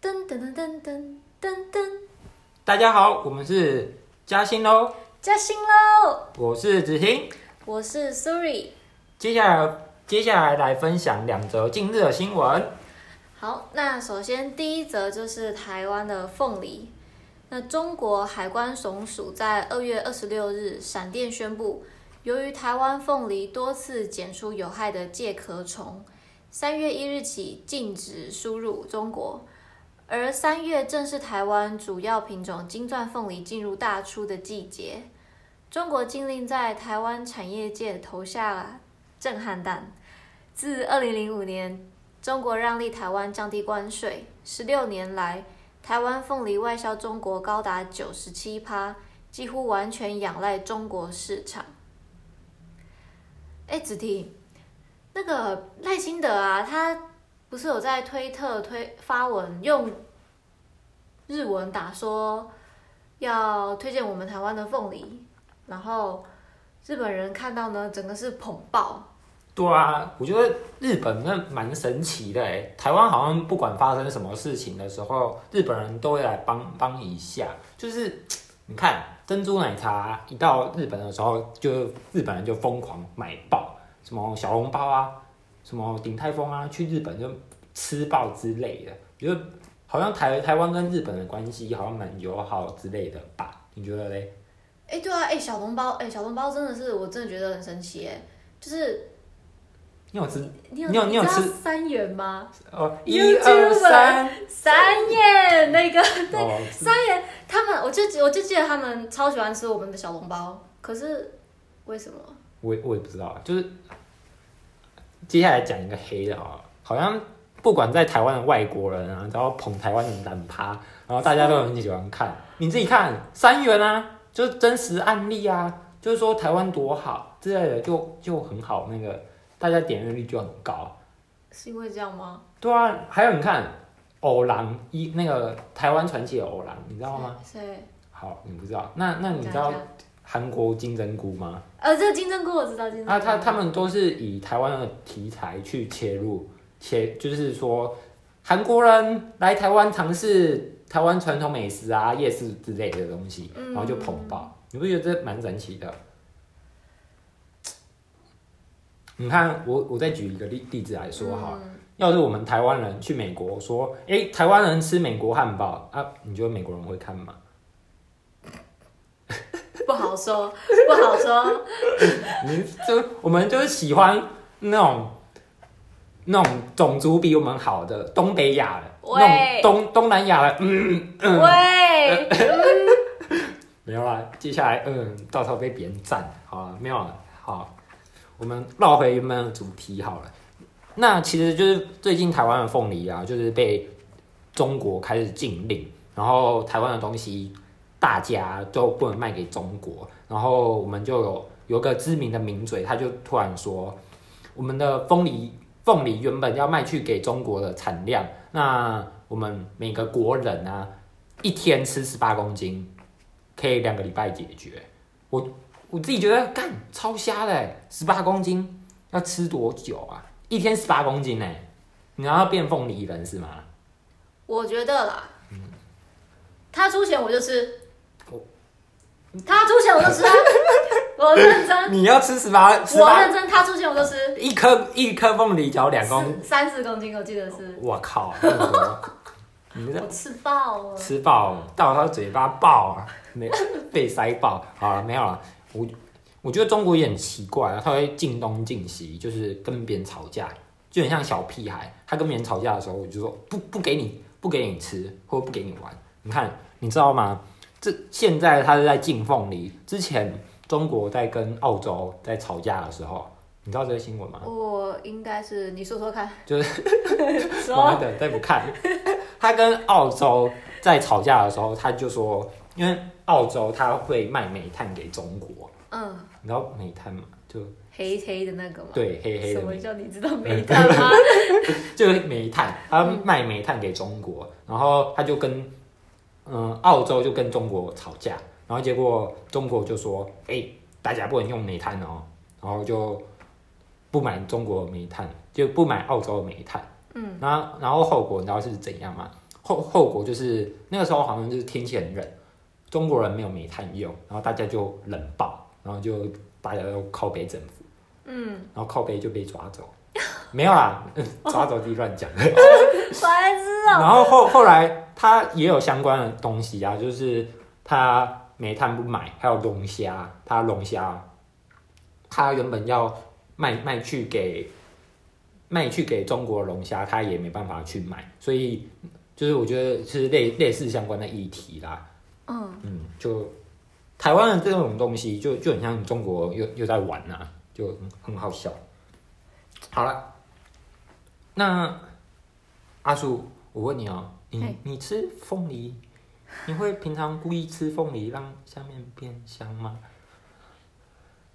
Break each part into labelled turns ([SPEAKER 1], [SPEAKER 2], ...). [SPEAKER 1] 噔噔噔噔噔噔噔，
[SPEAKER 2] 大家好，我们是嘉兴喽，
[SPEAKER 1] 加薪喽！
[SPEAKER 2] 我是子婷。
[SPEAKER 1] 我是 Suri。
[SPEAKER 2] 接下来接下来来分享两则近日的新闻。
[SPEAKER 1] 好，那首先第一则就是台湾的凤梨。那中国海关总署在二月二十六日闪电宣布，由于台湾凤梨多次检出有害的介壳虫，三月一日起禁止输入中国。而三月正是台湾主要品种金钻凤梨进入大出的季节，中国禁令在台湾产业界投下了震撼弹。自二零零五年中国让利台湾降低关税，十六年来，台湾凤梨外销中国高达九十七趴，几乎完全仰赖中国市场。哎，子婷，那个赖清德啊，他不是有在推特推发文用日文打说要推荐我们台湾的凤梨，然后日本人看到呢，整个是捧爆。
[SPEAKER 2] 对啊，我觉得日本那蛮神奇的哎，台湾好像不管发生什么事情的时候，日本人都会来帮帮一下。就是你看珍珠奶茶一到日本的时候，就日本人就疯狂买爆，什么小笼包啊，什么鼎泰丰啊，去日本就吃爆之类的。觉得好像台台湾跟日本的关系好像蛮友好之类的吧？你觉得嘞？
[SPEAKER 1] 哎、对啊，哎、小笼包，哎、小笼包真的是，我真的觉得很神奇，哎，就是
[SPEAKER 2] 你有吃
[SPEAKER 1] 你有
[SPEAKER 2] 你有你有
[SPEAKER 1] 知道
[SPEAKER 2] 吃
[SPEAKER 1] 三元吗？
[SPEAKER 2] 哦，一
[SPEAKER 1] YouTuber
[SPEAKER 2] 二三，
[SPEAKER 1] 三元那个
[SPEAKER 2] 哦，
[SPEAKER 1] 三元，他们我就我就记得他们超喜欢吃我们的小笼包，可是为什么？
[SPEAKER 2] 我也我也不知道，啊就是接下来讲一个黑的啊，好像不管在台湾的外国人啊，然后捧台湾的男趴，然后大家都很喜欢看。你自己看三元啊，就是真实案例啊，就是说台湾多好之类的，就就很好，那个大家点阅率就很高。
[SPEAKER 1] 是因为这样吗？
[SPEAKER 2] 对啊，还有你看偶郎一那个台湾传奇的偶郎，你知道吗？
[SPEAKER 1] 谁？谁？
[SPEAKER 2] 好，你不知道，那那你知
[SPEAKER 1] 讲
[SPEAKER 2] 道
[SPEAKER 1] 一下
[SPEAKER 2] 韩国金针菇吗？
[SPEAKER 1] 呃，这个金针菇我知道，金针菇。
[SPEAKER 2] 啊，他他们都是以台湾的题材去切入，切就是说韩国人来台湾尝试台湾传统美食啊、夜市之类的东西，
[SPEAKER 1] 嗯
[SPEAKER 2] 然后就捧爆，你不觉得这蛮神奇的？你看，我我再举一个例例子来说好了，要是我们台湾人去美国说，诶，台湾人吃美国汉堡啊，你觉得美国人会看吗？
[SPEAKER 1] 不好说，不好说。
[SPEAKER 2] 你就我们就是喜欢那种那种种族比我们好的东北亚的，那
[SPEAKER 1] 喂
[SPEAKER 2] 种东东南亚的， 嗯，呃
[SPEAKER 1] 喂，
[SPEAKER 2] 没有啦。接下来，嗯，到时候被别人赞，好了，没有了，好，我们绕回原本的主题好了。那其实就是最近台湾的凤梨啊，就是被中国开始禁令，然后台湾的东西大家都不能卖给中国，然后我们就有有个知名的名嘴，他就突然说，我们的凤梨凤梨原本要卖去给中国的产量，那我们每个国人啊，一天吃十八公斤，可以两个礼拜解决。我我自己觉得干超瞎的，欸十八公斤要吃多久啊？一天十八公斤呢？欸你要变凤梨人是吗？
[SPEAKER 1] 我觉得啦，他出钱我就吃，
[SPEAKER 2] 哦
[SPEAKER 1] 他出钱我就吃啊，我认真，
[SPEAKER 2] 你要吃十八十
[SPEAKER 1] 我
[SPEAKER 2] 八
[SPEAKER 1] 认真，他出钱我就吃。
[SPEAKER 2] 一颗一颗凤梨只要两公，
[SPEAKER 1] 三十公斤，我记得是，
[SPEAKER 2] 我靠！那么多你这
[SPEAKER 1] 我吃爆了。
[SPEAKER 2] 吃爆了，到他嘴巴爆啊，没被塞爆。好了，没有了。我我觉得中国也很奇怪啊，他会进东进西，就是跟别人吵架，就很像小屁孩。他跟别人吵架的时候，我就说不不给你不给你吃，或不给你玩。你看，你知道吗？这现在他是在进凤梨，之前中国在跟澳洲在吵架的时候，你知道这个新闻吗？
[SPEAKER 1] 我应该是你说说看，
[SPEAKER 2] 就是妈
[SPEAKER 1] 说
[SPEAKER 2] 的，再不看。他跟澳洲在吵架的时候，他就说，因为澳洲他会卖煤炭给中国，
[SPEAKER 1] 嗯，
[SPEAKER 2] 你知道煤炭嘛？就
[SPEAKER 1] 黑黑的那个嘛，
[SPEAKER 2] 对，黑黑
[SPEAKER 1] 什
[SPEAKER 2] 的
[SPEAKER 1] 么
[SPEAKER 2] 煤，
[SPEAKER 1] 叫你知道没看吗？
[SPEAKER 2] 就是煤炭，他卖煤炭给中国，然后他就跟嗯澳洲就跟中国吵架，然后结果中国就说，哎、大家不能用煤炭哦，然后就不买中国的煤炭，就不买澳洲的煤炭。
[SPEAKER 1] 嗯，
[SPEAKER 2] 那然后后果你知道是怎样吗？后后果就是那个时候好像就是天气很冷，中国人没有煤炭用，然后大家就冷爆，然后就大家都靠北政府，
[SPEAKER 1] 嗯，
[SPEAKER 2] 然后靠北就被抓走，没有啦， 抓走自己乱讲。
[SPEAKER 1] 白痴哦、
[SPEAKER 2] 然后后后来他也有相关的东西啊，就是他煤炭不买，还有龙虾，他龙虾，他原本要卖卖去给卖去给中国龙虾，他也没办法去买，所以就是我觉得是类类似相关的议题啦，
[SPEAKER 1] 嗯，
[SPEAKER 2] 嗯，就台湾的这种东西就就很像中国又又在玩呐、啊就很很好笑。好了，那阿叔，我问你哦，
[SPEAKER 1] 嘿
[SPEAKER 2] 你你吃凤梨，你会平常故意吃凤梨让下面变香吗？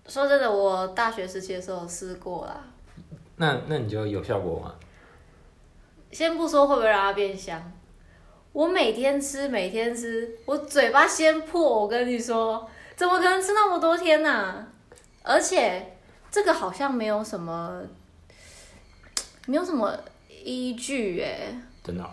[SPEAKER 1] 说真的，我大学时期的时候有试过啦。
[SPEAKER 2] 那那你就有效果吗？
[SPEAKER 1] 先不说会不会让它变香，我每天吃，每天吃，我嘴巴先破。我跟你说，怎么可能吃那么多天呐、而且这个好像没有什么，没有什么依据哎、
[SPEAKER 2] 真的哦、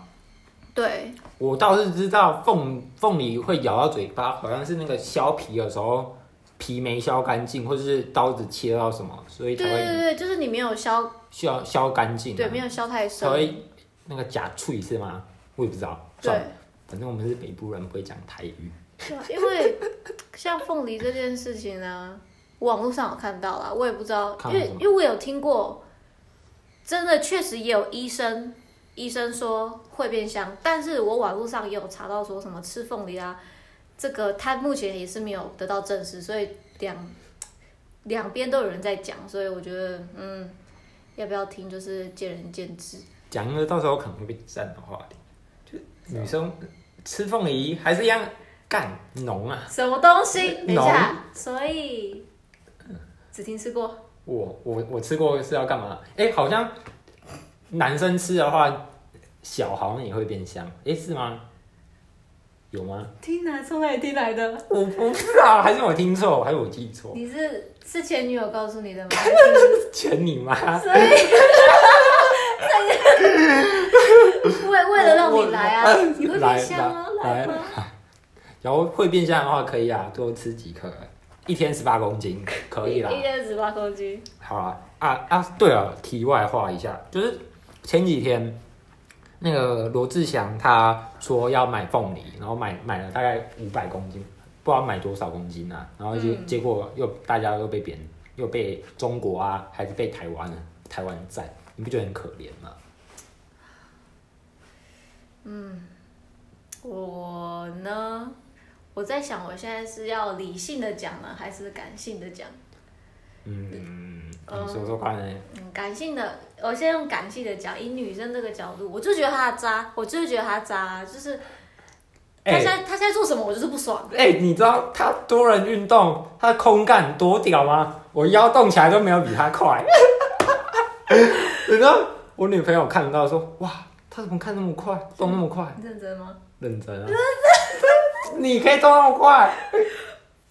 [SPEAKER 1] 对，
[SPEAKER 2] 我倒是知道凤凤梨会咬到嘴巴，好像是那个削皮有时候皮没削干净，或者是刀子切到什么，所以
[SPEAKER 1] 对
[SPEAKER 2] 才
[SPEAKER 1] 对对
[SPEAKER 2] 会
[SPEAKER 1] 对，就是你没有削，
[SPEAKER 2] 削削干净、啊。
[SPEAKER 1] 对，没有削太深，
[SPEAKER 2] 稍微那个假脆是吗？我也不知道，
[SPEAKER 1] 对
[SPEAKER 2] 算了，反正我们是北部人，不会讲台语。
[SPEAKER 1] 对啊因为像凤梨这件事情呢、网络上有看到啦，我也不知道，
[SPEAKER 2] 看
[SPEAKER 1] 因
[SPEAKER 2] 到
[SPEAKER 1] 为
[SPEAKER 2] 什么
[SPEAKER 1] 因为我有听过，真的确实也有医生医生说会变香，但是我网络上也有查到说什么吃凤梨啊，这个它目前也是没有得到证实，所以两两边都有人在讲，所以我觉得嗯，要不要听就是见仁见智。
[SPEAKER 2] 讲了到时候可能会被占的话题，就女生吃凤梨还是一样干浓啊。
[SPEAKER 1] 什么东西？等一下，所以只听吃过，
[SPEAKER 2] 我我我吃过是要干嘛？哎、好像男生吃的话，小好像也会变香，哎、是吗？有吗？
[SPEAKER 1] 听来从哪里听来的？
[SPEAKER 2] 我不知道，还是我听错，还是我记错？
[SPEAKER 1] 你是是前女友告诉你的吗？还是
[SPEAKER 2] 全你妈！
[SPEAKER 1] 所以，所以为为了让你来啊
[SPEAKER 2] 我，
[SPEAKER 1] 你会变香吗？
[SPEAKER 2] 来
[SPEAKER 1] 来吗？
[SPEAKER 2] 然后会变相的话，可以啊，多吃几颗，一天十八公斤，可以啦
[SPEAKER 1] 一。天十八公斤，
[SPEAKER 2] 好啦，啊啊，对了，题外话一下，就是前几天那个罗志祥他说要买凤梨，然后买买了大概五百公斤，不知道买多少公斤啊，然后就、
[SPEAKER 1] 嗯
[SPEAKER 2] 结果又大家又被别人又被中国啊，还是被台湾台湾占，你不觉得很可怜吗？
[SPEAKER 1] 我呢？我在想，我现在是要理性的讲呢，还是感性的讲？
[SPEAKER 2] 嗯，你说说看呢？
[SPEAKER 1] 嗯，感性的，我先用感性的讲，以女生这个角度，我就觉得她渣，我就是觉得她渣，啊就是她
[SPEAKER 2] 哎
[SPEAKER 1] 现在、她现在做什么，我就是不爽。
[SPEAKER 2] 哎、你知道他多人运动，他空干多屌吗？我腰动起来都没有比他快。 你知道我女朋友看到说，哇，他怎么看那么快，动那么快？
[SPEAKER 1] 你认真吗？
[SPEAKER 2] 认真啊！ 你可以动那么快，
[SPEAKER 1] 不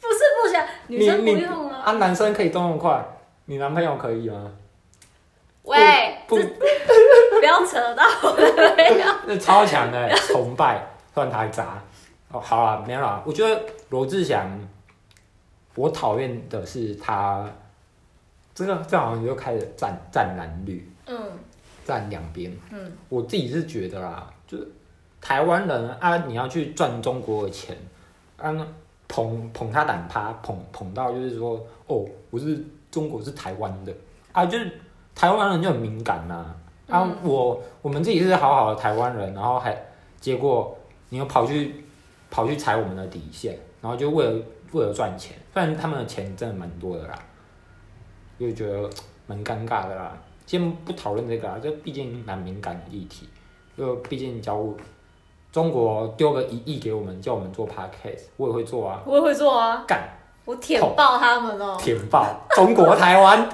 [SPEAKER 1] 是不想，女
[SPEAKER 2] 你
[SPEAKER 1] 生不
[SPEAKER 2] 你
[SPEAKER 1] 用啊。
[SPEAKER 2] 啊，男生可以动那么快，你男朋友可以吗？
[SPEAKER 1] 喂，
[SPEAKER 2] 不，
[SPEAKER 1] 不要扯到我的啊没有。
[SPEAKER 2] 那超强的、欸崇拜，算他渣。哦，好了，没有啦。我觉得罗志祥，我讨厌的是他，这个这好像就开始站站蓝绿，
[SPEAKER 1] 嗯
[SPEAKER 2] 站两边。
[SPEAKER 1] 嗯，
[SPEAKER 2] 我自己是觉得啦，就是台湾人啊，你要去赚中国的钱，啊那捧捧他胆趴，捧捧到就是说，哦，我是中国是台湾的啊，就是台湾人就很敏感呐、啊，
[SPEAKER 1] 嗯
[SPEAKER 2] 我我们自己是好好的台湾人，然后还结果你又跑去跑去踩我们的底线，然后就为了为了赚钱，虽然他们的钱真的蛮多的啦，就觉得蛮尴尬的啦。先不讨论这个啊，这毕竟蛮敏感的议题。就毕竟，假如中国丢个一亿给我们，叫我们做 podcast，我也会做啊，
[SPEAKER 1] 我也会做啊，
[SPEAKER 2] 干
[SPEAKER 1] 我舔爆他们哦。
[SPEAKER 2] 舔爆中国台湾。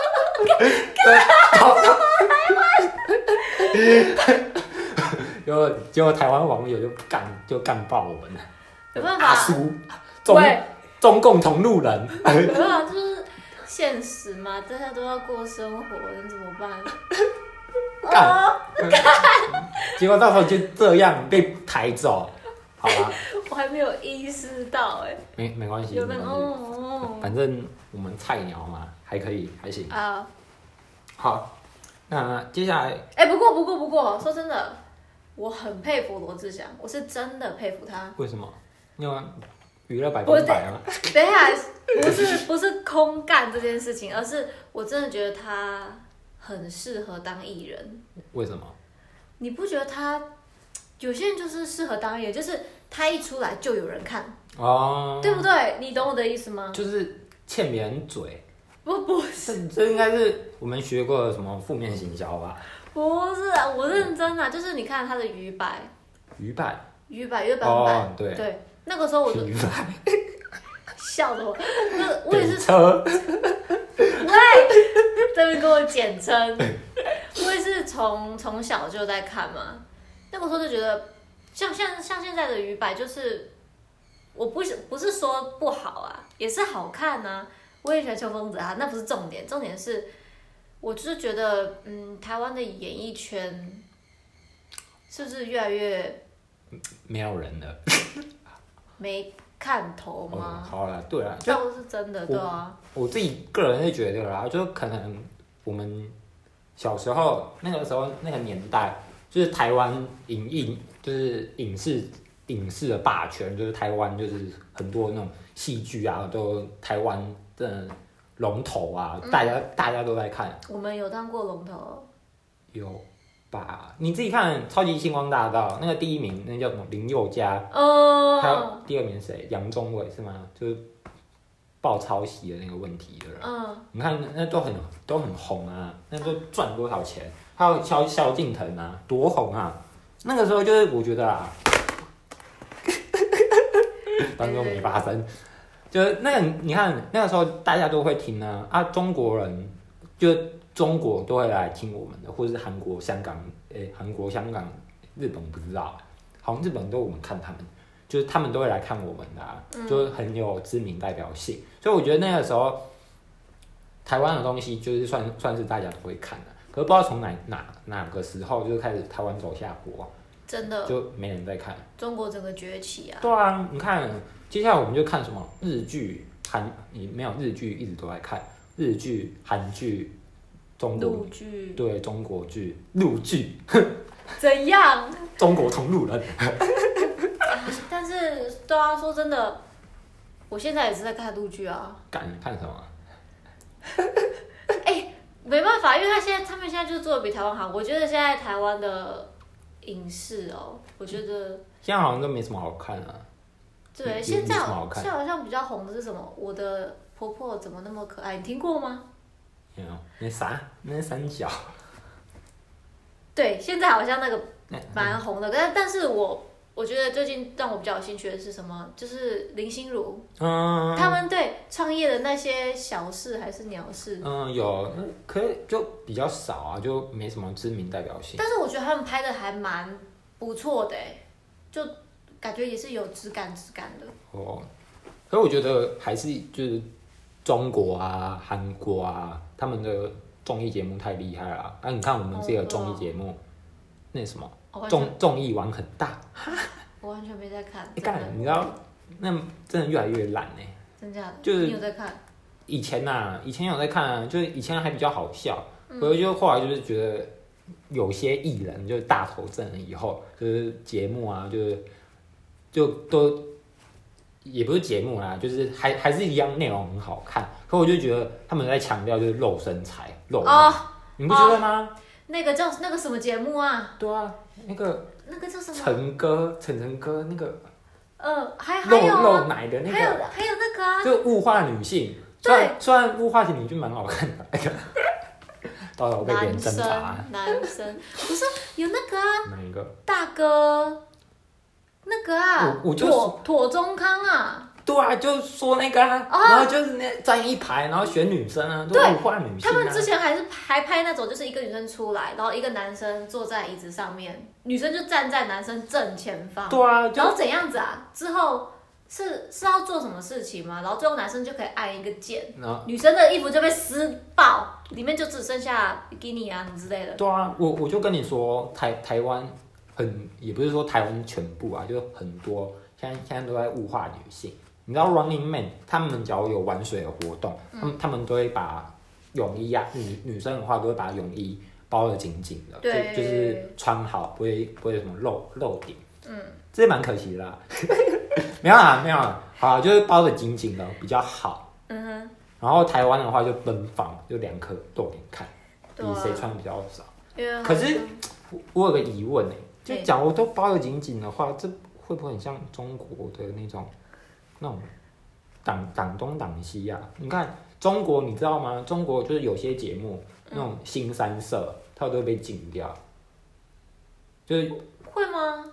[SPEAKER 2] 对，好结果结果台湾网友就干就干爆我们了，
[SPEAKER 1] 没办法，
[SPEAKER 2] 阿叔 中
[SPEAKER 1] 喂，
[SPEAKER 2] 中共同路人，
[SPEAKER 1] 没办法，就是现实嘛，大家都要过生活，能怎么办？
[SPEAKER 2] 干
[SPEAKER 1] 哦，
[SPEAKER 2] 嗯结果到时候就这样被抬走，好吧，
[SPEAKER 1] 我还没有意识到哎、
[SPEAKER 2] 没没关系，
[SPEAKER 1] 有
[SPEAKER 2] 没
[SPEAKER 1] 人
[SPEAKER 2] 关系，
[SPEAKER 1] 哦哦
[SPEAKER 2] 反正我们菜鸟嘛，还可以，还行。
[SPEAKER 1] 啊，
[SPEAKER 2] 好，那接下来
[SPEAKER 1] 哎、不过不过不过，说真的，我很佩服罗志祥，我是真的佩服他。
[SPEAKER 2] 为什么？因为娱乐百
[SPEAKER 1] 我
[SPEAKER 2] 分百吗？
[SPEAKER 1] 等一下， 不是不是空干这件事情，而是我真的觉得他很适合当艺人。
[SPEAKER 2] 为什么？
[SPEAKER 1] 你不觉得他有些人就是适合当艺人，就是他一出来就有人看，
[SPEAKER 2] 哦，
[SPEAKER 1] 对不对？你懂我的意思吗？
[SPEAKER 2] 就是欠别人嘴，
[SPEAKER 1] 不不
[SPEAKER 2] 这这应该是我们学过的什么负面行销吧？
[SPEAKER 1] 不是啊，我认真啊，就是你看他的鱼摆，
[SPEAKER 2] 鱼板
[SPEAKER 1] 鱼摆月板板，
[SPEAKER 2] 哦，对，
[SPEAKER 1] 对，那个时候我就
[SPEAKER 2] 鱼板
[SPEAKER 1] 笑的我，那个我也是
[SPEAKER 2] 等车，
[SPEAKER 1] 这边给我简称。我也是从从小就在看嘛，那个时候就觉得，像像像现在的鱼摆，就是我不是不是说不好啊，也是好看啊。我也喜欢秋风子啊，那不是重点，重点是，我就是觉得，嗯，台湾的演艺圈是不是越来越
[SPEAKER 2] 没有人了。
[SPEAKER 1] 没看头
[SPEAKER 2] 哦，
[SPEAKER 1] 吗？
[SPEAKER 2] 好了，对了，就
[SPEAKER 1] 倒是真的，对啊，
[SPEAKER 2] 我自己个人是觉得啦，就可能我们小时候那个时候那个年代，就是台湾影影就是影视影视的霸权，就是台湾就是很多那种戏剧啊，都台湾的龙头啊，大家、大家都在看，
[SPEAKER 1] 我们有当过龙头，
[SPEAKER 2] 有吧？你自己看《超级星光大道》那个第一名，那叫什么林宥嘉，还有
[SPEAKER 1] 嗯
[SPEAKER 2] 第二名谁？杨宗纬是吗？就是爆抄袭的那个问题的人。
[SPEAKER 1] 嗯，
[SPEAKER 2] 你看那都很都很红啊，那都赚多少钱？还有萧萧敬腾啊，多红啊！那个时候就是我觉得啊， 当中没发生，就是那个你看那个时候大家都会听啊啊，中国人就中国都会来听我们的，或是韩国、香港，诶、韩国、香港、日本不知道，好像日本都我们看他们，就是他们都会来看我们的、啊，就是很有知名代表性，所以我觉得那个时候。台湾的东西就是算算是大家都会看的、可是不知道从哪哪哪个时候就是开始台湾走下坡、啊
[SPEAKER 1] 真的，
[SPEAKER 2] 就没人在看。
[SPEAKER 1] 中国整个崛起啊。
[SPEAKER 2] 对啊，你看，接下来我们就看什么日剧、韩，你没有日剧一直都在看，日剧、韩剧、中国
[SPEAKER 1] 陆剧
[SPEAKER 2] 对中国剧、陆 剧、
[SPEAKER 1] 怎样？
[SPEAKER 2] 中国同路人。
[SPEAKER 1] 但是对啊，说真的，我现在也是在看陆剧啊，
[SPEAKER 2] 敢看什么？
[SPEAKER 1] 没办法，因为他现在他们现在就是做的比台湾好。我觉得现在台湾的影视哦，我觉得
[SPEAKER 2] 现在好像都没什么好看啊。
[SPEAKER 1] 对，
[SPEAKER 2] 也
[SPEAKER 1] 现在
[SPEAKER 2] 也没什么好看
[SPEAKER 1] 现在好像比较红的是什么？我的婆婆怎么那么可爱？你听过吗？
[SPEAKER 2] 没有，那啥，那三角，
[SPEAKER 1] 对，现在好像那个
[SPEAKER 2] 那
[SPEAKER 1] 蛮红的，但但是我我觉得最近让我比较有兴趣的是什么？就是林心如，
[SPEAKER 2] 嗯，
[SPEAKER 1] 他们对创业的那些小事还是鸟事，
[SPEAKER 2] 嗯，有，那可是就比较少啊，就没什么知名代表性。
[SPEAKER 1] 但是我觉得他们拍的还蛮不错的、欸，就感觉也是有质感质感的。
[SPEAKER 2] 哦，可是我觉得还是就是中国啊、韩国啊，他们的综艺节目太厉害了。那、你看我们这个综艺节目，那什么
[SPEAKER 1] 哦我完全
[SPEAKER 2] 综综艺玩很大，
[SPEAKER 1] 我完全没在看，
[SPEAKER 2] 你
[SPEAKER 1] 真
[SPEAKER 2] 看、
[SPEAKER 1] 的
[SPEAKER 2] 你知道，那真的越来越烂哎、
[SPEAKER 1] 真假的？
[SPEAKER 2] 就是
[SPEAKER 1] 你有在看？
[SPEAKER 2] 以前呐、以前有在看、啊，就是以前还比较好笑，
[SPEAKER 1] 嗯
[SPEAKER 2] 可是就后来就是觉得有些艺人就是大头阵了以后，就是节目啊，就是就都也不是节目啦、就是还还是一样内容很好看，可我就觉得他们在强调就是露身材露面，
[SPEAKER 1] 哦，
[SPEAKER 2] 你不觉得吗？
[SPEAKER 1] 那个叫那个什么节目啊？
[SPEAKER 2] 对啊，那个
[SPEAKER 1] 那个叫什么？
[SPEAKER 2] 陈哥、陈陈哥那个
[SPEAKER 1] 呃，还还
[SPEAKER 2] 露
[SPEAKER 1] 有啊
[SPEAKER 2] 露奶的那
[SPEAKER 1] 还有
[SPEAKER 2] 个，
[SPEAKER 1] 还有那个啊，
[SPEAKER 2] 就物化女性。虽
[SPEAKER 1] 对
[SPEAKER 2] 然虽然物化女性蛮好看的， 那个到时候被别人
[SPEAKER 1] 男
[SPEAKER 2] 挣
[SPEAKER 1] 生
[SPEAKER 2] 扎啊。
[SPEAKER 1] 男生不是有那个啊
[SPEAKER 2] 哪一个？
[SPEAKER 1] 大哥。那个啊，
[SPEAKER 2] 我我就
[SPEAKER 1] 妥妥中康啊，
[SPEAKER 2] 对啊，就说那个啊，
[SPEAKER 1] 啊
[SPEAKER 2] 然后就是那站一排，然后选女生啊，都
[SPEAKER 1] 对
[SPEAKER 2] 物化女性、
[SPEAKER 1] 他
[SPEAKER 2] 啊。
[SPEAKER 1] 们之前还是还拍那种，就是一个女生出来，然后一个男生坐在椅子上面，女生就站在男生正前方，
[SPEAKER 2] 对啊，就
[SPEAKER 1] 然后怎样子啊？之后是是要做什么事情吗？然后最后男生就可以按一个键，
[SPEAKER 2] 然后
[SPEAKER 1] 女生的衣服就被撕爆，里面就只剩下比基尼啊什么之类的。
[SPEAKER 2] 对啊，我我就跟你说，台台湾很也不是说台湾全部啊，就是很多现在现在都在物化女性。你知道 Running Man 他们只要有玩水的活动，
[SPEAKER 1] 嗯
[SPEAKER 2] 他们他们都会把泳衣啊，女女生的话都会把泳衣包得紧紧的，
[SPEAKER 1] 对
[SPEAKER 2] 就就是穿好，不会不会有什么漏漏点。
[SPEAKER 1] 嗯，
[SPEAKER 2] 这蛮可惜的啦。没有啦，没有啦，好啦就是包得紧紧的比较好。
[SPEAKER 1] 嗯哼，
[SPEAKER 2] 然后台湾的话就奔放，就两颗豆点看，比
[SPEAKER 1] 对啊
[SPEAKER 2] 谁穿比较少。
[SPEAKER 1] 因为
[SPEAKER 2] 可是我我有个疑问哎、就
[SPEAKER 1] 嘿
[SPEAKER 2] 假如都包得紧紧的话，这会不会很像中国的那种那种党党东党西呀、你看中国，你知道吗？中国就是有些节目那种新三色，它都会被禁掉，就是
[SPEAKER 1] 会吗？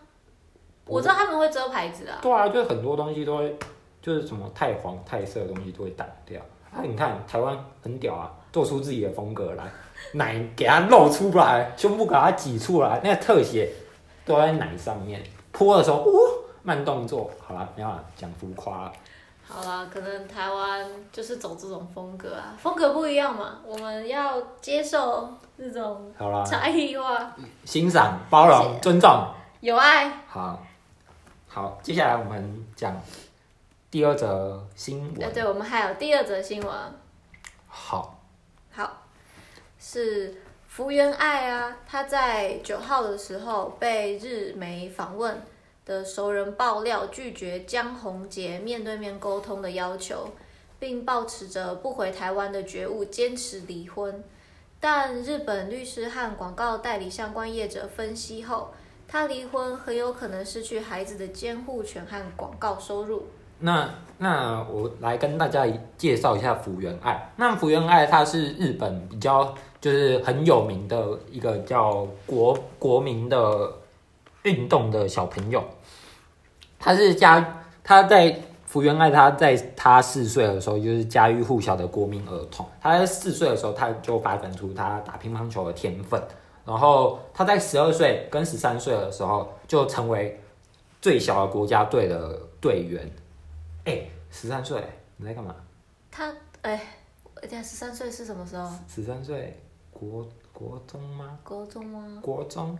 [SPEAKER 1] 我知道他们会遮牌子啊，
[SPEAKER 2] 对啊，就是很多东西都会，就是什么太黄太色的东西都会挡掉。啊，你看台湾很屌啊，做出自己的风格来，奶给它露出来，胸部给它挤出来，那个特写都在奶上面，泼的时候，呜、慢动作，好啦，没办法讲浮夸了。
[SPEAKER 1] 好啦，可能台湾就是走这种风格啊，风格不一样嘛，我们要接受这种
[SPEAKER 2] 好啦，
[SPEAKER 1] 差异化，
[SPEAKER 2] 欣赏、包容、尊重，
[SPEAKER 1] 有爱。
[SPEAKER 2] 好，好，接下来我们讲第二则新
[SPEAKER 1] 哎，
[SPEAKER 2] 闻。
[SPEAKER 1] 对，我们还有第二则新闻，
[SPEAKER 2] 好，
[SPEAKER 1] 好，是福原爱啊，她在九号的时候被日媒访问的熟人爆料拒绝江宏杰面对面沟通的要求，并保持着不回台湾的觉悟，坚持离婚。但日本律师和广告代理相关业者分析后，她离婚很有可能失去孩子的监护权和广告收入。
[SPEAKER 2] 那那我来跟大家介绍一下福原爱。那福原爱她是日本比较就是很有名的一个叫国国民的运动的小朋友，她是家她在福原爱她在她四岁的时候就是家喻户晓的国民儿童。她在四岁的时候，她就发展出她打乒乓球的天分。然后她在十二岁跟十三岁的时候，就成为最小的国家队的队员。哎，十三岁，你在干嘛？
[SPEAKER 1] 她哎，等一下十三岁是什么时候？
[SPEAKER 2] 十三岁，国国中吗？
[SPEAKER 1] 高中吗？
[SPEAKER 2] 国中，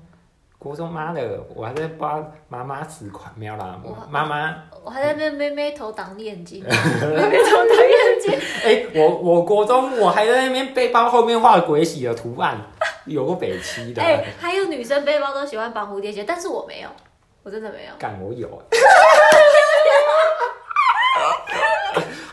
[SPEAKER 2] 国中妈的，我还在帮妈妈死款没有啦
[SPEAKER 1] 我，
[SPEAKER 2] 妈妈，
[SPEAKER 1] 我还在那边妹妹头挡眼 睛，妹妹头挡眼 睛，
[SPEAKER 2] 哎，我我国中我还在那边背包后面画鬼洗的图案，有个北七的，
[SPEAKER 1] 哎、还有女生背包都喜欢绑蝴蝶结，但是我没有，我真的没有。
[SPEAKER 2] 干我有。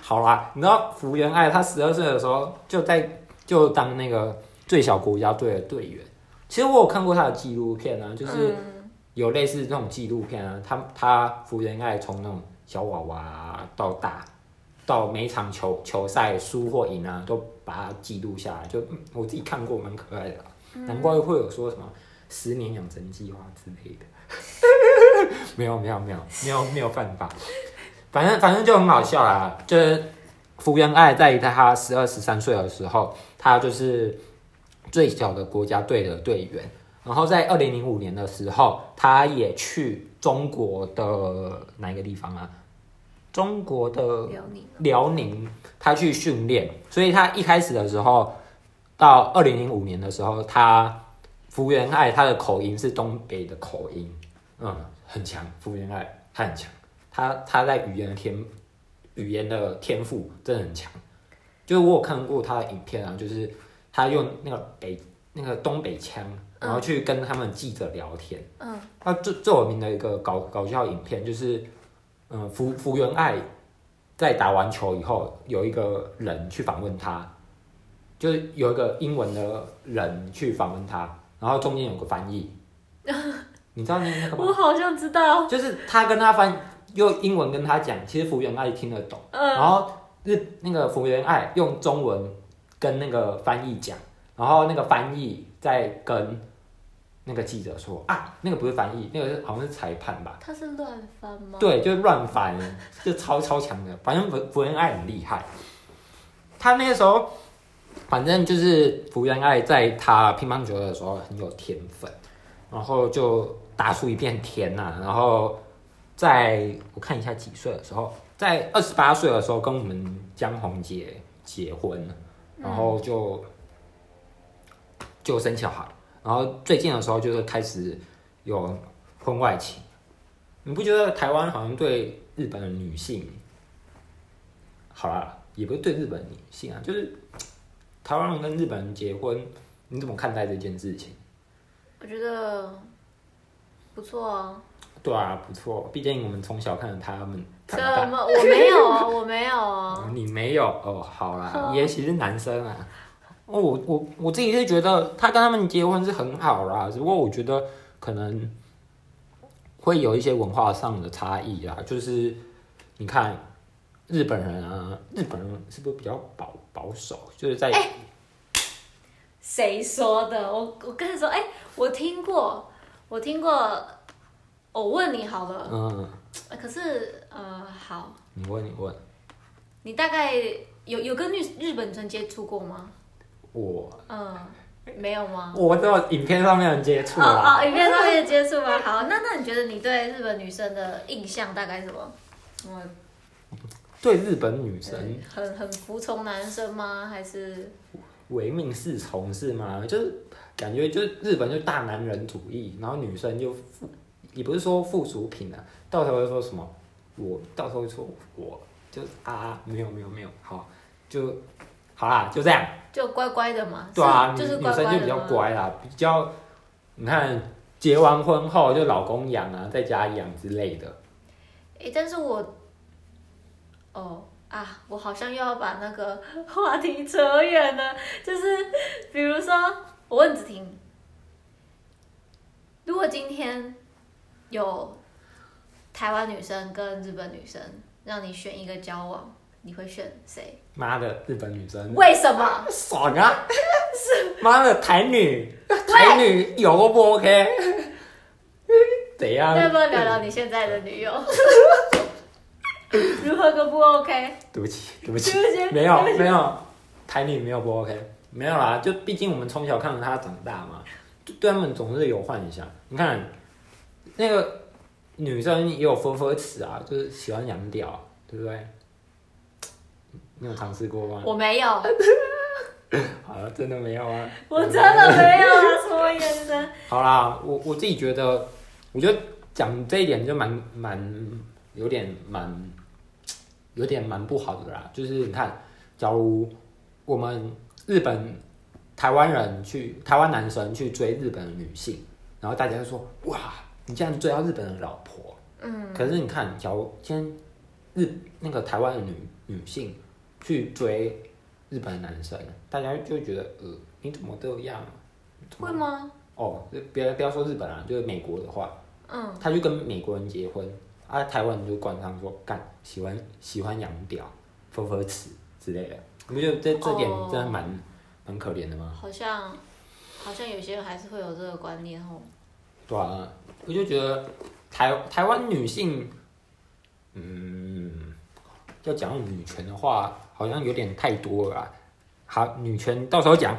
[SPEAKER 2] 好啦，你知道福原爱她十二岁的时候就在就当那个最小国家队的队员。其实我有看过她的纪录片啊，就是
[SPEAKER 1] 嗯、
[SPEAKER 2] 有类似这种纪录片啊，他他福原爱从那种小娃娃到大，到每场球球赛输或赢啊，都把它记录下来。就嗯我自己看过，蛮可爱的啦、难怪会有说什么十年养成计划之类的。 没有没有没有没有没有犯法，反正反正就很好笑啦。就是福原爱在她十二十三岁的时候，她就是最小的国家队的队员。然后在二零零五年的时候，他也去中国的哪一个地方啊？中国的
[SPEAKER 1] 辽宁
[SPEAKER 2] 辽宁，他去训练，所以他一开始的时候，到二零零五年的时候，他福原爱他的口音是东北的口音，嗯，很强，福原爱他很强，他他在语言的天语言的天赋真的很强，就是我有看过他的影片啊，就是他用那个北那个东北腔，然后去跟他们记者聊天。
[SPEAKER 1] 嗯，
[SPEAKER 2] 那最最有名的一个搞搞笑影片就是，嗯，福福原爱在打完球以后，有一个人去访问他，就是有一个英文的人去访问他，然后中间有个翻译，你知道那那个吗？
[SPEAKER 1] 我好像知道，
[SPEAKER 2] 就是他跟他翻用英文跟他讲，其实福原爱听得懂，然
[SPEAKER 1] 嗯，
[SPEAKER 2] 后日那个福原爱用中文跟那个翻译讲，然后那个翻译再跟那个记者说啊，那个不是翻译，那个是好像是裁判吧？
[SPEAKER 1] 他是乱翻吗？
[SPEAKER 2] 对，就是乱翻，就超超强的。反正福福原爱很厉害，他那个时候，反正就是福原爱在他乒乓球的时候很有天分，然后就打出一片天呐、然后在我看一下几岁的时候，在二十八岁的时候跟我们江宏杰结婚，然后就、就生小孩，然后最近的时候就是开始有婚外情。你不觉得台湾好像对日本的女性，好啦，也不是对日本女性啊，就是台湾人跟日本人结婚，你怎么看待这件事情？
[SPEAKER 1] 我觉得不错啊。
[SPEAKER 2] 对啊，不错，毕竟我们从小看着他们
[SPEAKER 1] 怎
[SPEAKER 2] 长大。
[SPEAKER 1] 么我没有啊？我没有
[SPEAKER 2] 哦
[SPEAKER 1] 啊。
[SPEAKER 2] 你没有哦，好啦，
[SPEAKER 1] 哦
[SPEAKER 2] 也许是男生啊。哦，我我我自己是觉得他跟他们结婚是很好啦，只不过我觉得可能会有一些文化上的差异啊，就是你看日本人啊，日本人是不是比较保保守？就是在、
[SPEAKER 1] 哎谁说的？我我跟你说，哎、我听过，我听过。我问你好了，
[SPEAKER 2] 嗯，
[SPEAKER 1] 呃可是呃，好，
[SPEAKER 2] 你问你问
[SPEAKER 1] 你大概有有跟日日本女生接触过吗？
[SPEAKER 2] 我，
[SPEAKER 1] 嗯，没有吗？
[SPEAKER 2] 我只有影片上面有接触
[SPEAKER 1] 哦
[SPEAKER 2] 啦。
[SPEAKER 1] 哦，影片上面的接触吗？好，那那你觉得你对日本女生的印象大概是什么？我
[SPEAKER 2] 对日本女生
[SPEAKER 1] 很很服从男生吗？还是
[SPEAKER 2] 唯命是从是吗？就是感觉就是日本就大男人主义，然后女生就附，也不是说附属品啊，到时候会说什么我，到时候会说我就是啊，没有没有没有，好就好啦，就这样，
[SPEAKER 1] 就乖乖的嘛？
[SPEAKER 2] 对啊，
[SPEAKER 1] 是就
[SPEAKER 2] 女
[SPEAKER 1] 是
[SPEAKER 2] 女
[SPEAKER 1] 乖
[SPEAKER 2] 生
[SPEAKER 1] 乖
[SPEAKER 2] 就
[SPEAKER 1] 的
[SPEAKER 2] 比较
[SPEAKER 1] 吗。
[SPEAKER 2] 乖啦，比较你看结完婚后就老公养啊，在家养之类的，
[SPEAKER 1] 诶，但是我，哦啊，我好像又要把那个 话题扯远了。就是比如说，我问子婷，如果今天有台湾女生跟日本女生让你选一个交往，你会选谁？
[SPEAKER 2] 妈的日本女生
[SPEAKER 1] 为什么？
[SPEAKER 2] 爽啊，妈的台女台女有不 OK？怎样？
[SPEAKER 1] 要不要聊聊你现在的女友？ 如何个不 OK？
[SPEAKER 2] 对不起，对不起，
[SPEAKER 1] 对不起，
[SPEAKER 2] 没有没有，台女没有不 OK，没有啦，就毕竟我们从小看着她长大嘛，就对他们总是有幻想。你看那个女生也有分分词啊，就是喜欢养屌，对不对？你有尝试过吗？
[SPEAKER 1] 我没有，
[SPEAKER 2] 好了，真的没有啊。
[SPEAKER 1] 我真的没有啊，什么眼神？
[SPEAKER 2] 好啦，我我自己觉得，我觉得讲这一点就蛮蛮有点蛮有点蛮不好的啦。就是你看，假如我们日本台湾人去台湾男生去追日本的女性，然后大家就说哇，你竟然追到日本的老婆。
[SPEAKER 1] 嗯，
[SPEAKER 2] 可是你看，假如今天日那个台湾的女女性去追日本的男生，大家就会觉得呃，你怎么这样？啊怎么
[SPEAKER 1] 会吗？
[SPEAKER 2] 哦，不要不要说日本啊，就是美国的话，
[SPEAKER 1] 嗯，
[SPEAKER 2] 他就跟美国人结婚，啊，台湾人就冠上说干喜欢喜欢洋屌、佛佛词之类的，你不觉得这这点
[SPEAKER 1] 哦
[SPEAKER 2] 真的蛮蛮、可怜的吗？
[SPEAKER 1] 好像好像有些人还是会有这个观念哦。
[SPEAKER 2] 对啊，我就觉得台台湾女性，嗯，要讲到女权的话，好像有点太多了啦。啊好，女权到时候讲。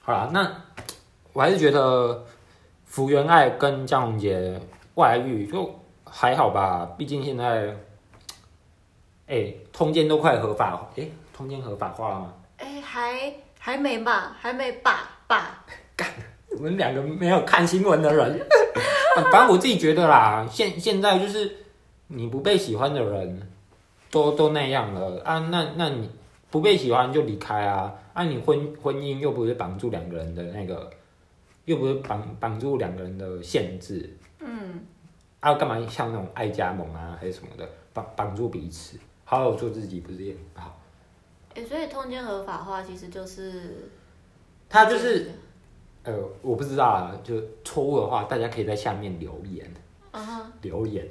[SPEAKER 2] 好啦，那我还是觉得福原爱跟江宏杰外遇就还好吧，毕竟现在，哎、通奸都快合法，哎、通奸合法化了吗？
[SPEAKER 1] 哎，还还没吧，还没吧吧。
[SPEAKER 2] 我们两个没有看新闻的人， 反正我自己觉得啦，现现在就是你不被喜欢的人，都都那样了啊，那那你不被喜欢就离开啊，啊，你婚婚姻又不是绑住两个人的那个，又不是绑绑住两个人的限制，
[SPEAKER 1] 嗯，
[SPEAKER 2] 啊，干嘛像那种爱加盟啊还是什么的，绑绑住彼此，好好做自己不是也很好？
[SPEAKER 1] 哎，所以通奸合法化其实就是
[SPEAKER 2] 他就是呃，我不知道啊，就错误的话，大家可以在下面留言
[SPEAKER 1] 啊哈，
[SPEAKER 2] 留言。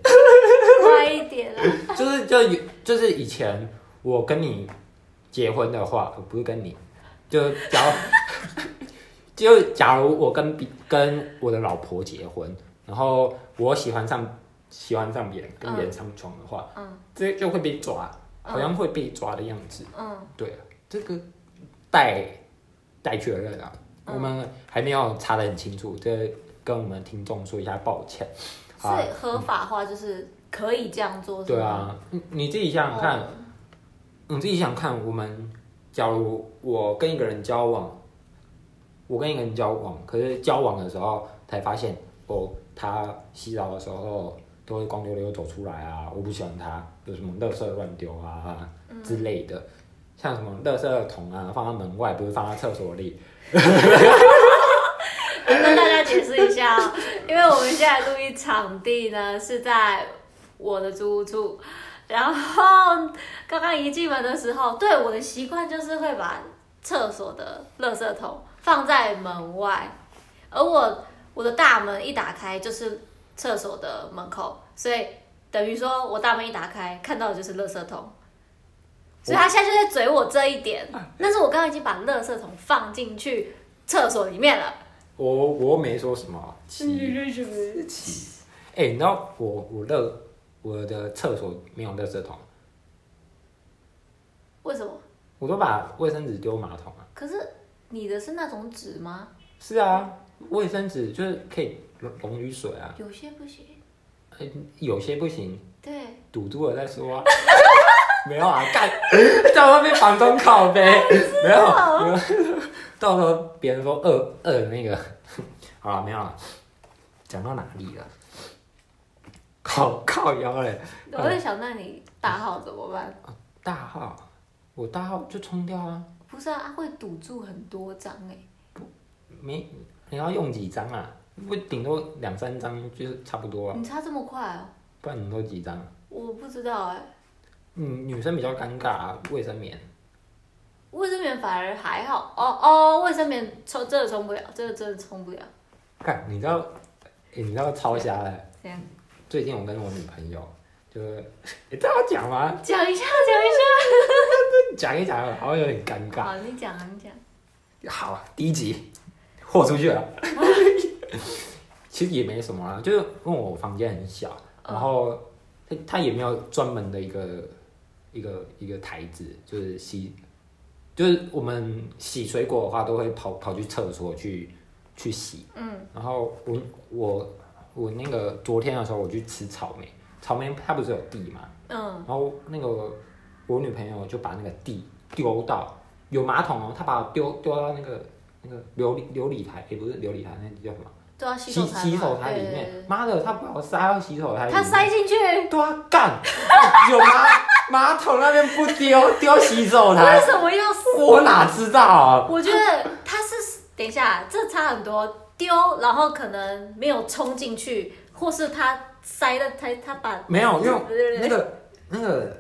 [SPEAKER 1] 快一点啦。
[SPEAKER 2] 就是就有就是以前我跟你结婚的话，呃不是跟你，就假如 就假如我跟比跟我的老婆结婚，然后我喜欢上喜欢上别人，跟别人上床的话，
[SPEAKER 1] 嗯
[SPEAKER 2] 这就会被抓，好像会被抓的样子。
[SPEAKER 1] 嗯，
[SPEAKER 2] 对啊，这个待待确认啊，
[SPEAKER 1] 嗯
[SPEAKER 2] 我们还没有查得很清楚，这跟我们听众说一下抱歉。
[SPEAKER 1] 所
[SPEAKER 2] 啊，
[SPEAKER 1] 以合法化就是可以这样做，
[SPEAKER 2] 对，啊，你你自己想想看。，你自己想看，我们假如我跟一个人交往，我跟一个人交往，可是交往的时候才发现，哦，它洗澡的时候都会光溜溜走出来啊，我不喜欢它有什么垃圾乱丢啊之类的，像什么垃圾桶啊放在门外，不是放在厕所里，
[SPEAKER 1] 跟大家解释一下哦，因为我们现在录音场地呢是在我的租屋处，然后刚刚一进门的时候，对我的习惯就是会把厕所的垃圾桶放在门外，而我我的大门一打开就是厕所的门口，所以等于说我大门一打开看到的就是垃圾桶。所以他现在就在嘴我这一点，但是我刚刚已经把垃圾桶放进去厕所里面了。
[SPEAKER 2] 我我没说什么
[SPEAKER 1] 嗯
[SPEAKER 2] 奇哎、你知道我我的我的厕所没有垃圾桶，
[SPEAKER 1] 为什么？
[SPEAKER 2] 我都把卫生纸丢马桶啊。
[SPEAKER 1] 可是你的是那种纸吗？
[SPEAKER 2] 是啊，卫生纸就是可以溶溶于水啊，
[SPEAKER 1] 有些不行。
[SPEAKER 2] 呃有些不行，
[SPEAKER 1] 对，
[SPEAKER 2] 堵住了再说啊。 没有啊，干，到时候被房东拷呗。没有，没有， 到时候别人说二二那个， 好了，没有了。讲到哪里了？靠靠腰嘞，
[SPEAKER 1] 我会想那你大号怎么办？
[SPEAKER 2] 大号，我大号就冲掉啊，
[SPEAKER 1] 不是啊，它会堵住很多张哎、
[SPEAKER 2] 没你要用几张啊？不顶多两三张就是差不多啊，
[SPEAKER 1] 你擦这么快哦、
[SPEAKER 2] 不然你都几张？啊
[SPEAKER 1] 我不知道哎、
[SPEAKER 2] 嗯，女生比较尴尬、啊，卫生棉。
[SPEAKER 1] 卫生棉反而还好哦哦，卫生棉冲真的冲不了，真的真的冲不了。
[SPEAKER 2] 看，你知道，欸、你知道超瞎嘞！
[SPEAKER 1] 这样
[SPEAKER 2] 最近我跟我女朋友，就是， 欸、这要讲吗？
[SPEAKER 1] 讲一下，讲
[SPEAKER 2] 讲一讲，好像有点尴
[SPEAKER 1] 一下。
[SPEAKER 2] 尬。
[SPEAKER 1] 好，你讲啊，你讲。
[SPEAKER 2] 好啊，第一集豁出去了。 其实也没什么啦，就是因为我房间很小，然后它它也没有专门的一个一个一个台子，就是洗，就是我们洗水果的话都会跑跑去厕所去去洗。
[SPEAKER 1] 嗯
[SPEAKER 2] 然后我我我那个昨天的时候我去吃草莓，草莓它不是有地嘛，
[SPEAKER 1] 嗯
[SPEAKER 2] 然后那个我女朋友就把那个地丢到有马桶哦，她把它丢丢到那个那个琉璃琉璃台，也、不是琉璃台，那叫什么？
[SPEAKER 1] 都啊要洗
[SPEAKER 2] 洗
[SPEAKER 1] 手台嘛。
[SPEAKER 2] 洗手台里
[SPEAKER 1] 对对对
[SPEAKER 2] 面，妈的，她把我塞到洗手台里
[SPEAKER 1] 它
[SPEAKER 2] 面，
[SPEAKER 1] 塞进去，为
[SPEAKER 2] 对啊，干，有马马桶那边不丢，丢洗手台，
[SPEAKER 1] 什么要死？
[SPEAKER 2] 我哪知道啊？
[SPEAKER 1] 我觉得他是等一下，这差很多，丢然后可能没有冲进去，或是他塞了他他把
[SPEAKER 2] 没有，因为
[SPEAKER 1] 对
[SPEAKER 2] 那
[SPEAKER 1] 对
[SPEAKER 2] 个那个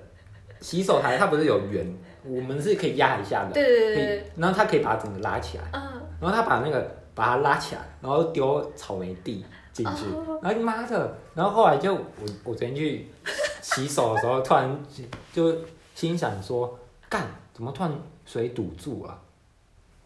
[SPEAKER 2] 洗手台它不是有圆，我们是可以压一下的，
[SPEAKER 1] 对对对
[SPEAKER 2] 可以
[SPEAKER 1] 对，
[SPEAKER 2] 然后它可以把它整个拉起来，
[SPEAKER 1] 嗯，
[SPEAKER 2] 然后他把那个把它拉起来，然后丢草莓地进去，
[SPEAKER 1] 哦
[SPEAKER 2] 然后妈的，然后后来就我我昨天去洗手的时候，突然就心想说，干怎么突然水堵住了、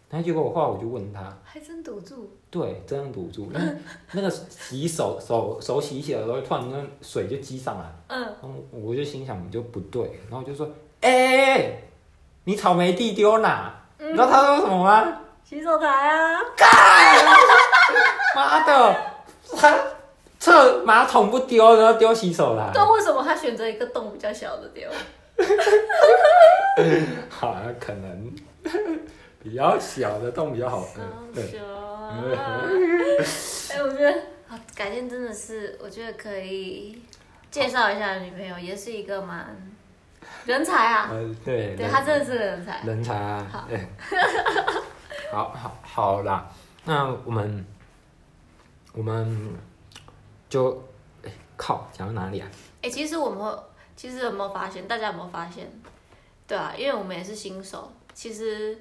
[SPEAKER 2] 然后结果我后来我就问他，
[SPEAKER 1] 还真堵住，
[SPEAKER 2] 对，真的堵住，因为那个洗手手手洗一洗的时候，突然那水就积上来。
[SPEAKER 1] 嗯，
[SPEAKER 2] 然后我就心想就不对，然后我就说，哎、你草莓地丢哪？
[SPEAKER 1] 嗯
[SPEAKER 2] 你知道他说什么吗？
[SPEAKER 1] 洗手台啊，
[SPEAKER 2] 妈的，他厕马桶不丢，然后丢洗手台。
[SPEAKER 1] 但为什么他选择一个洞比较小的丢？
[SPEAKER 2] 好，像可能 比较小的洞比较好。嗯，
[SPEAKER 1] 小
[SPEAKER 2] 对，
[SPEAKER 1] 熊，啊哎，我觉得啊改天真的是，我觉得可以介绍一下女朋友，也是一个蛮人才啊，
[SPEAKER 2] 呃， 对，
[SPEAKER 1] 对
[SPEAKER 2] 人
[SPEAKER 1] 他真的是个人才，
[SPEAKER 2] 人才啊。对，好好好啦，那我们我们就哎、靠，讲到哪里啊？
[SPEAKER 1] 哎、其实我们会，其实有没有发现？大家有没有发现？对啊，因为我们也是新手，其实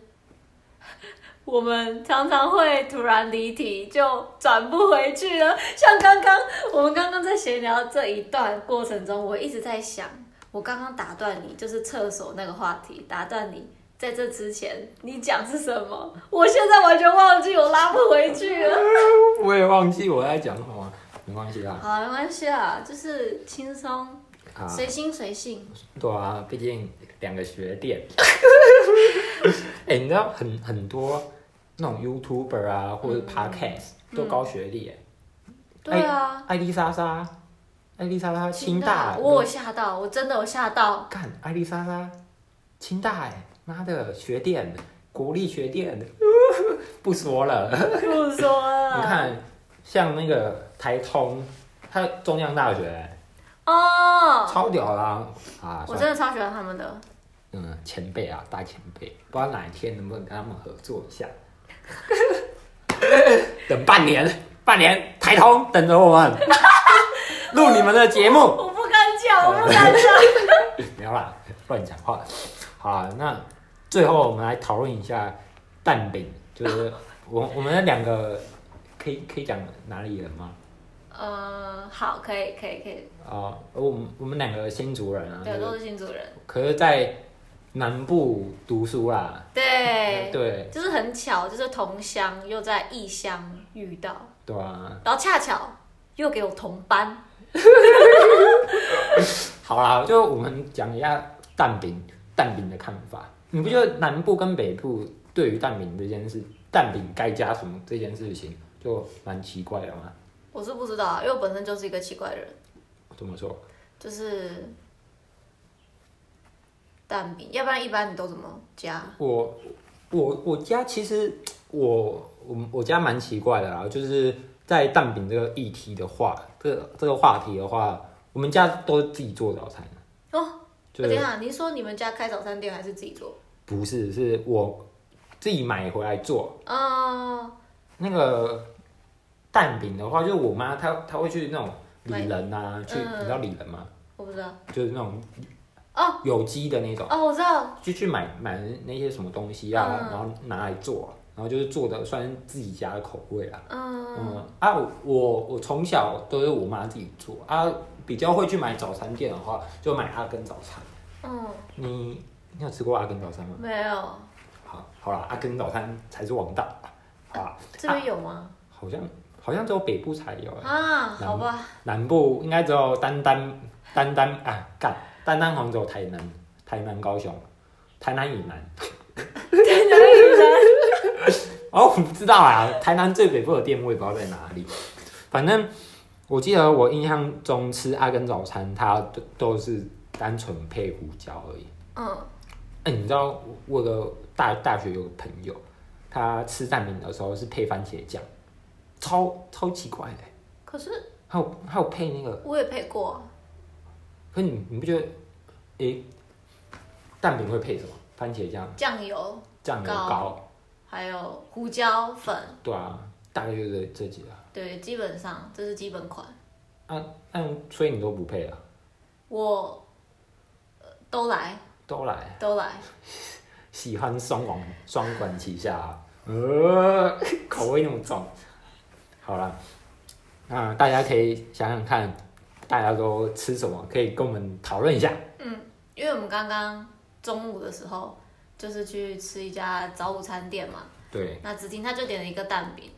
[SPEAKER 1] 我们常常会突然离题，就转不回去了。像刚刚我们刚刚在闲聊这一段过程中，我一直在想，我刚刚打断你，就是厕所那个话题，打断你。在这之前，你讲是什么？我现在完全忘记，我拉不回去了。
[SPEAKER 2] 我也忘记我在讲什么，没关系啦。
[SPEAKER 1] 好啊，没关系啊，就是轻松，
[SPEAKER 2] 啊，
[SPEAKER 1] 随心随性。
[SPEAKER 2] 对啊，毕竟两个学店。 哎、你知道很很多那种 YouTuber 啊，或者 Podcast、都高学历、欸，
[SPEAKER 1] 对啊。
[SPEAKER 2] 艾丽莎莎，艾丽莎莎，清大，
[SPEAKER 1] 我有吓到，我真的有吓到。
[SPEAKER 2] 看艾丽莎莎，清大、欸，妈的学店， 国立学店，不说了。
[SPEAKER 1] 不说
[SPEAKER 2] 你
[SPEAKER 1] 了，
[SPEAKER 2] 看，像那个台通，它中央大学
[SPEAKER 1] 哦，
[SPEAKER 2] 超屌啦啊！
[SPEAKER 1] 我
[SPEAKER 2] 算
[SPEAKER 1] 真的超喜欢他们的。
[SPEAKER 2] 嗯，前辈啊，大前辈，不知道哪一天能不能跟他们合作 一下。等半年，半年台通等着我们 录你们的节目。
[SPEAKER 1] 我不敢讲，我不敢讲。
[SPEAKER 2] 不要啦，乱讲话。好啦，那最后我们来讨论一下蛋饼， 就是我我们的两个可以可以讲哪里人吗？
[SPEAKER 1] 呃，好，可以，可以，可以，
[SPEAKER 2] 啊、我们我们两个新竹人啊，
[SPEAKER 1] 对，
[SPEAKER 2] 就
[SPEAKER 1] 都
[SPEAKER 2] 是
[SPEAKER 1] 是新族人，
[SPEAKER 2] 可是在南部读书啦，
[SPEAKER 1] 对，
[SPEAKER 2] 对
[SPEAKER 1] 就是很巧，就是同乡又在异乡遇到，
[SPEAKER 2] 对啊，
[SPEAKER 1] 然后恰巧又给我同班，
[SPEAKER 2] 好啦，就我们讲一下蛋饼蛋饼的看法。你不觉得南部跟北部对于蛋饼这件事，蛋饼该加什么这件事情就蛮奇怪的吗？
[SPEAKER 1] 我是不知道啊，因为我本身就是一个奇怪的人，
[SPEAKER 2] 怎么说？
[SPEAKER 1] 就是蛋饼，要不然一般你都怎么加？
[SPEAKER 2] 我我我家其实我我我家蛮奇怪的啦，就是在蛋饼这个议题的话，这个这个话题的话，我们家都是自己做早餐，
[SPEAKER 1] 哦，
[SPEAKER 2] 就
[SPEAKER 1] 等一
[SPEAKER 2] 是
[SPEAKER 1] 下，你说你们家开早餐店还是自己做？
[SPEAKER 2] 不是是我自己买回来做
[SPEAKER 1] 哦，
[SPEAKER 2] 那个蛋饼的话，就是我妈她她会去那种
[SPEAKER 1] 买
[SPEAKER 2] 里仁啊，去
[SPEAKER 1] 嗯
[SPEAKER 2] 你知道里仁吗？
[SPEAKER 1] 我不知道。
[SPEAKER 2] 就是那种
[SPEAKER 1] 哦
[SPEAKER 2] 有机的那种。
[SPEAKER 1] 哦，我知道，
[SPEAKER 2] 就去买买那些什么东西啊，
[SPEAKER 1] 嗯
[SPEAKER 2] 然后拿来做，啊然后就是做的算是自己家的口味啊。
[SPEAKER 1] 嗯，
[SPEAKER 2] 嗯啊，我我从小都是我妈自己做啊，比较会去买早餐店的话，就买阿根早餐。
[SPEAKER 1] 嗯，
[SPEAKER 2] 你你有吃过阿根早餐吗？
[SPEAKER 1] 没有，
[SPEAKER 2] 好，好啦，阿根早餐才是王道啊，
[SPEAKER 1] 这边有吗？
[SPEAKER 2] 好像好像只有北部才有、欸，
[SPEAKER 1] 啊，好吧，
[SPEAKER 2] 南部应该只有丹丹丹丹啊干丹丹好像只有台南、台南、高雄、台南以南。哦，我不知道啊，台南最北部的店我也不知道在哪里。反正我记得我印象中吃阿根早餐，它都都是单纯配胡椒而已。
[SPEAKER 1] 嗯，
[SPEAKER 2] 哎、你知道我有个大大学有个朋友，他吃蛋饼的时候是配番茄酱，超超奇怪的、
[SPEAKER 1] 可是
[SPEAKER 2] 还有还有配那个，
[SPEAKER 1] 我也配过啊，
[SPEAKER 2] 可你你不觉得，哎、蛋饼会配什么？番茄酱、
[SPEAKER 1] 酱油
[SPEAKER 2] 酱油
[SPEAKER 1] 膏
[SPEAKER 2] 膏，
[SPEAKER 1] 还有胡椒粉，
[SPEAKER 2] 对啊，大概就是这这几个。
[SPEAKER 1] 对，基本上这是基本款，
[SPEAKER 2] 嗯，所以你都不配啊？
[SPEAKER 1] 我呃都来
[SPEAKER 2] 都来。
[SPEAKER 1] 都来，
[SPEAKER 2] 喜欢双管双管齐下、啊，呃， 口味那么重。好啦，那大家可以想想看，大家都吃什么，可以跟我们讨论一下。
[SPEAKER 1] 因为我们刚刚中午的时候就是去吃一家早午餐店嘛，
[SPEAKER 2] 对，
[SPEAKER 1] 那子婷她就点了一个蛋饼，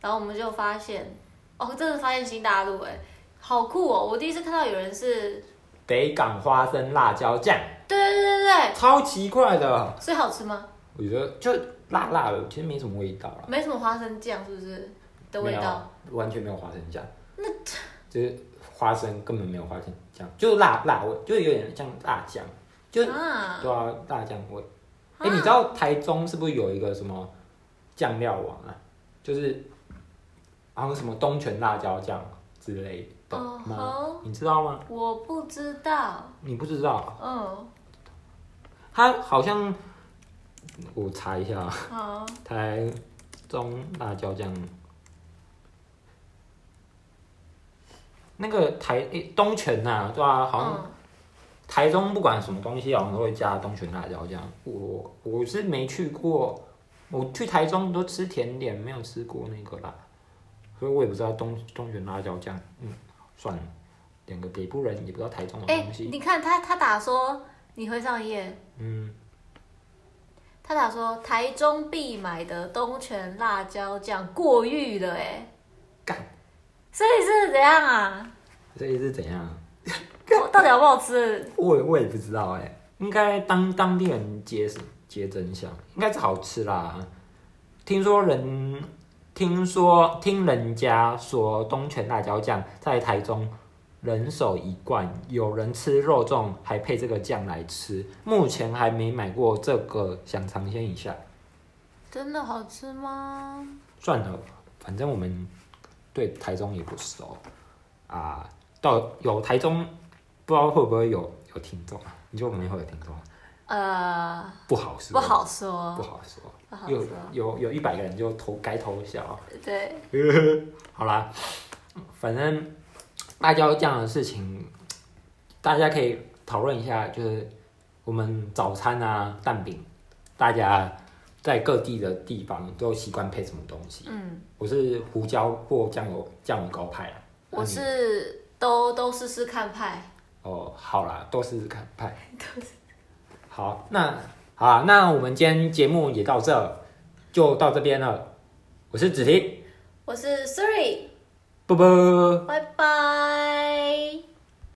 [SPEAKER 1] 然后我们就发现，哦，真的发现新大陆哎、好酷哦！我第一次看到有人是，
[SPEAKER 2] 北港花生辣椒酱，
[SPEAKER 1] 对对对对
[SPEAKER 2] 超奇怪的，
[SPEAKER 1] 对，所以好吃吗？
[SPEAKER 2] 我觉得就辣辣的，其实没什么味道啦，
[SPEAKER 1] 没什么花生酱是不是的味道？
[SPEAKER 2] 没有，啊完全没有花生酱。那就是花生根本没有花生酱，就是辣辣味，就是有点像辣酱，就
[SPEAKER 1] 啊，
[SPEAKER 2] 对啊，辣酱味。哎、
[SPEAKER 1] 啊
[SPEAKER 2] 你知道台中是不是有一个什么酱料王啊？就是好像什么东泉辣椒酱之类的
[SPEAKER 1] 哦
[SPEAKER 2] 吗？
[SPEAKER 1] 吼，
[SPEAKER 2] 你知道吗？
[SPEAKER 1] 我不知道，
[SPEAKER 2] 你不知道，啊
[SPEAKER 1] 嗯，
[SPEAKER 2] 它好像我查一下啊，
[SPEAKER 1] 好，
[SPEAKER 2] 台中辣椒酱。那个台诶、东泉呐、对啊，好像
[SPEAKER 1] 嗯，
[SPEAKER 2] 台中不管什么东西好像都会加东泉辣椒酱。我我是没去过，我去台中都吃甜点，没有吃过那个啦，所以我也不知道东东泉辣椒酱。嗯，算了，两个北部人也不知道台中的
[SPEAKER 1] 哎、
[SPEAKER 2] 东西。
[SPEAKER 1] 你看他他打说，你会上一页，
[SPEAKER 2] 嗯，
[SPEAKER 1] 他打说台中必买的东泉辣椒酱过誉了、哎，
[SPEAKER 2] 干，
[SPEAKER 1] 所以是怎样啊？
[SPEAKER 2] 所以是怎样？
[SPEAKER 1] 我 到底好不好吃？
[SPEAKER 2] 我也我也不知道哎、应该当当地人揭揭真相，应该是好吃啦。听说人，听说听人家说东泉辣椒酱在台中人手一罐，有人吃肉粽还配这个酱来吃。目前还没买过这个，想尝鲜一下。
[SPEAKER 1] 真的好吃吗？
[SPEAKER 2] 算了，反正我们对台中也不熟啊。到有台中，不知道会不会有有听众啊？你觉得我们会有听众啊？
[SPEAKER 1] 呃，
[SPEAKER 2] 不好说，
[SPEAKER 1] 不好
[SPEAKER 2] 不
[SPEAKER 1] 说，
[SPEAKER 2] 好说。
[SPEAKER 1] 不好
[SPEAKER 2] 有
[SPEAKER 1] 说，
[SPEAKER 2] 有有一百个人就投该投降啊。
[SPEAKER 1] 对，
[SPEAKER 2] 好啦，反正辣椒酱的事情，大家可以讨论一下，就是我们早餐啊蛋饼，大家在各地的地方都习惯配什么东西。
[SPEAKER 1] 嗯，
[SPEAKER 2] 我是胡椒或酱油酱油膏派啊啦。
[SPEAKER 1] 我是都都试试看派，
[SPEAKER 2] 哦，好啦，都试试看派。好，那好啊，那我们今天节目也到这，就到这边了。我是子婷，
[SPEAKER 1] 我是 Siri，
[SPEAKER 2] 啵啵。
[SPEAKER 1] 拜拜。